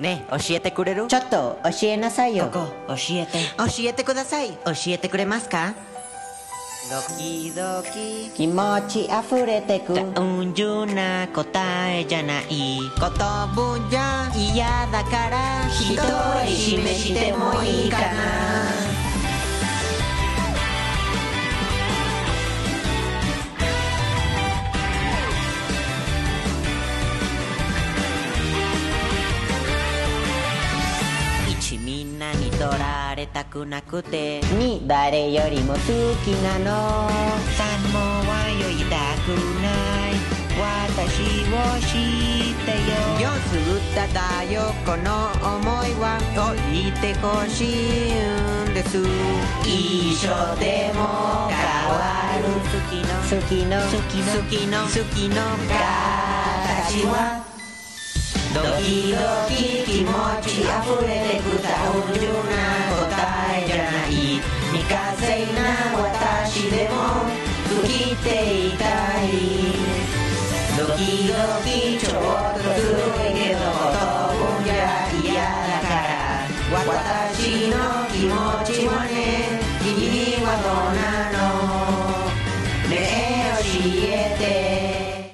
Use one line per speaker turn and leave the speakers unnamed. ねえ教えてくれる
ちょっと教えなさいよ
ここ教えて教えてください教えてくれますかドキドキ
気持ち溢れてく
単純な答えじゃない言葉じゃ嫌だから
一人示してもいいかな
一みんなに取られたくなくて
に誰よりも好きなの
三も迷いたくない私を知ってよよす歌だよこの思いはと言ってほしいんです
一緒でも変わる
好きの
好きの
好きの好きの好きの
私
私は
はドキドキ気持ち溢れてく単純な答えじゃない未完成な私でも生きていたいドキドキちょっとず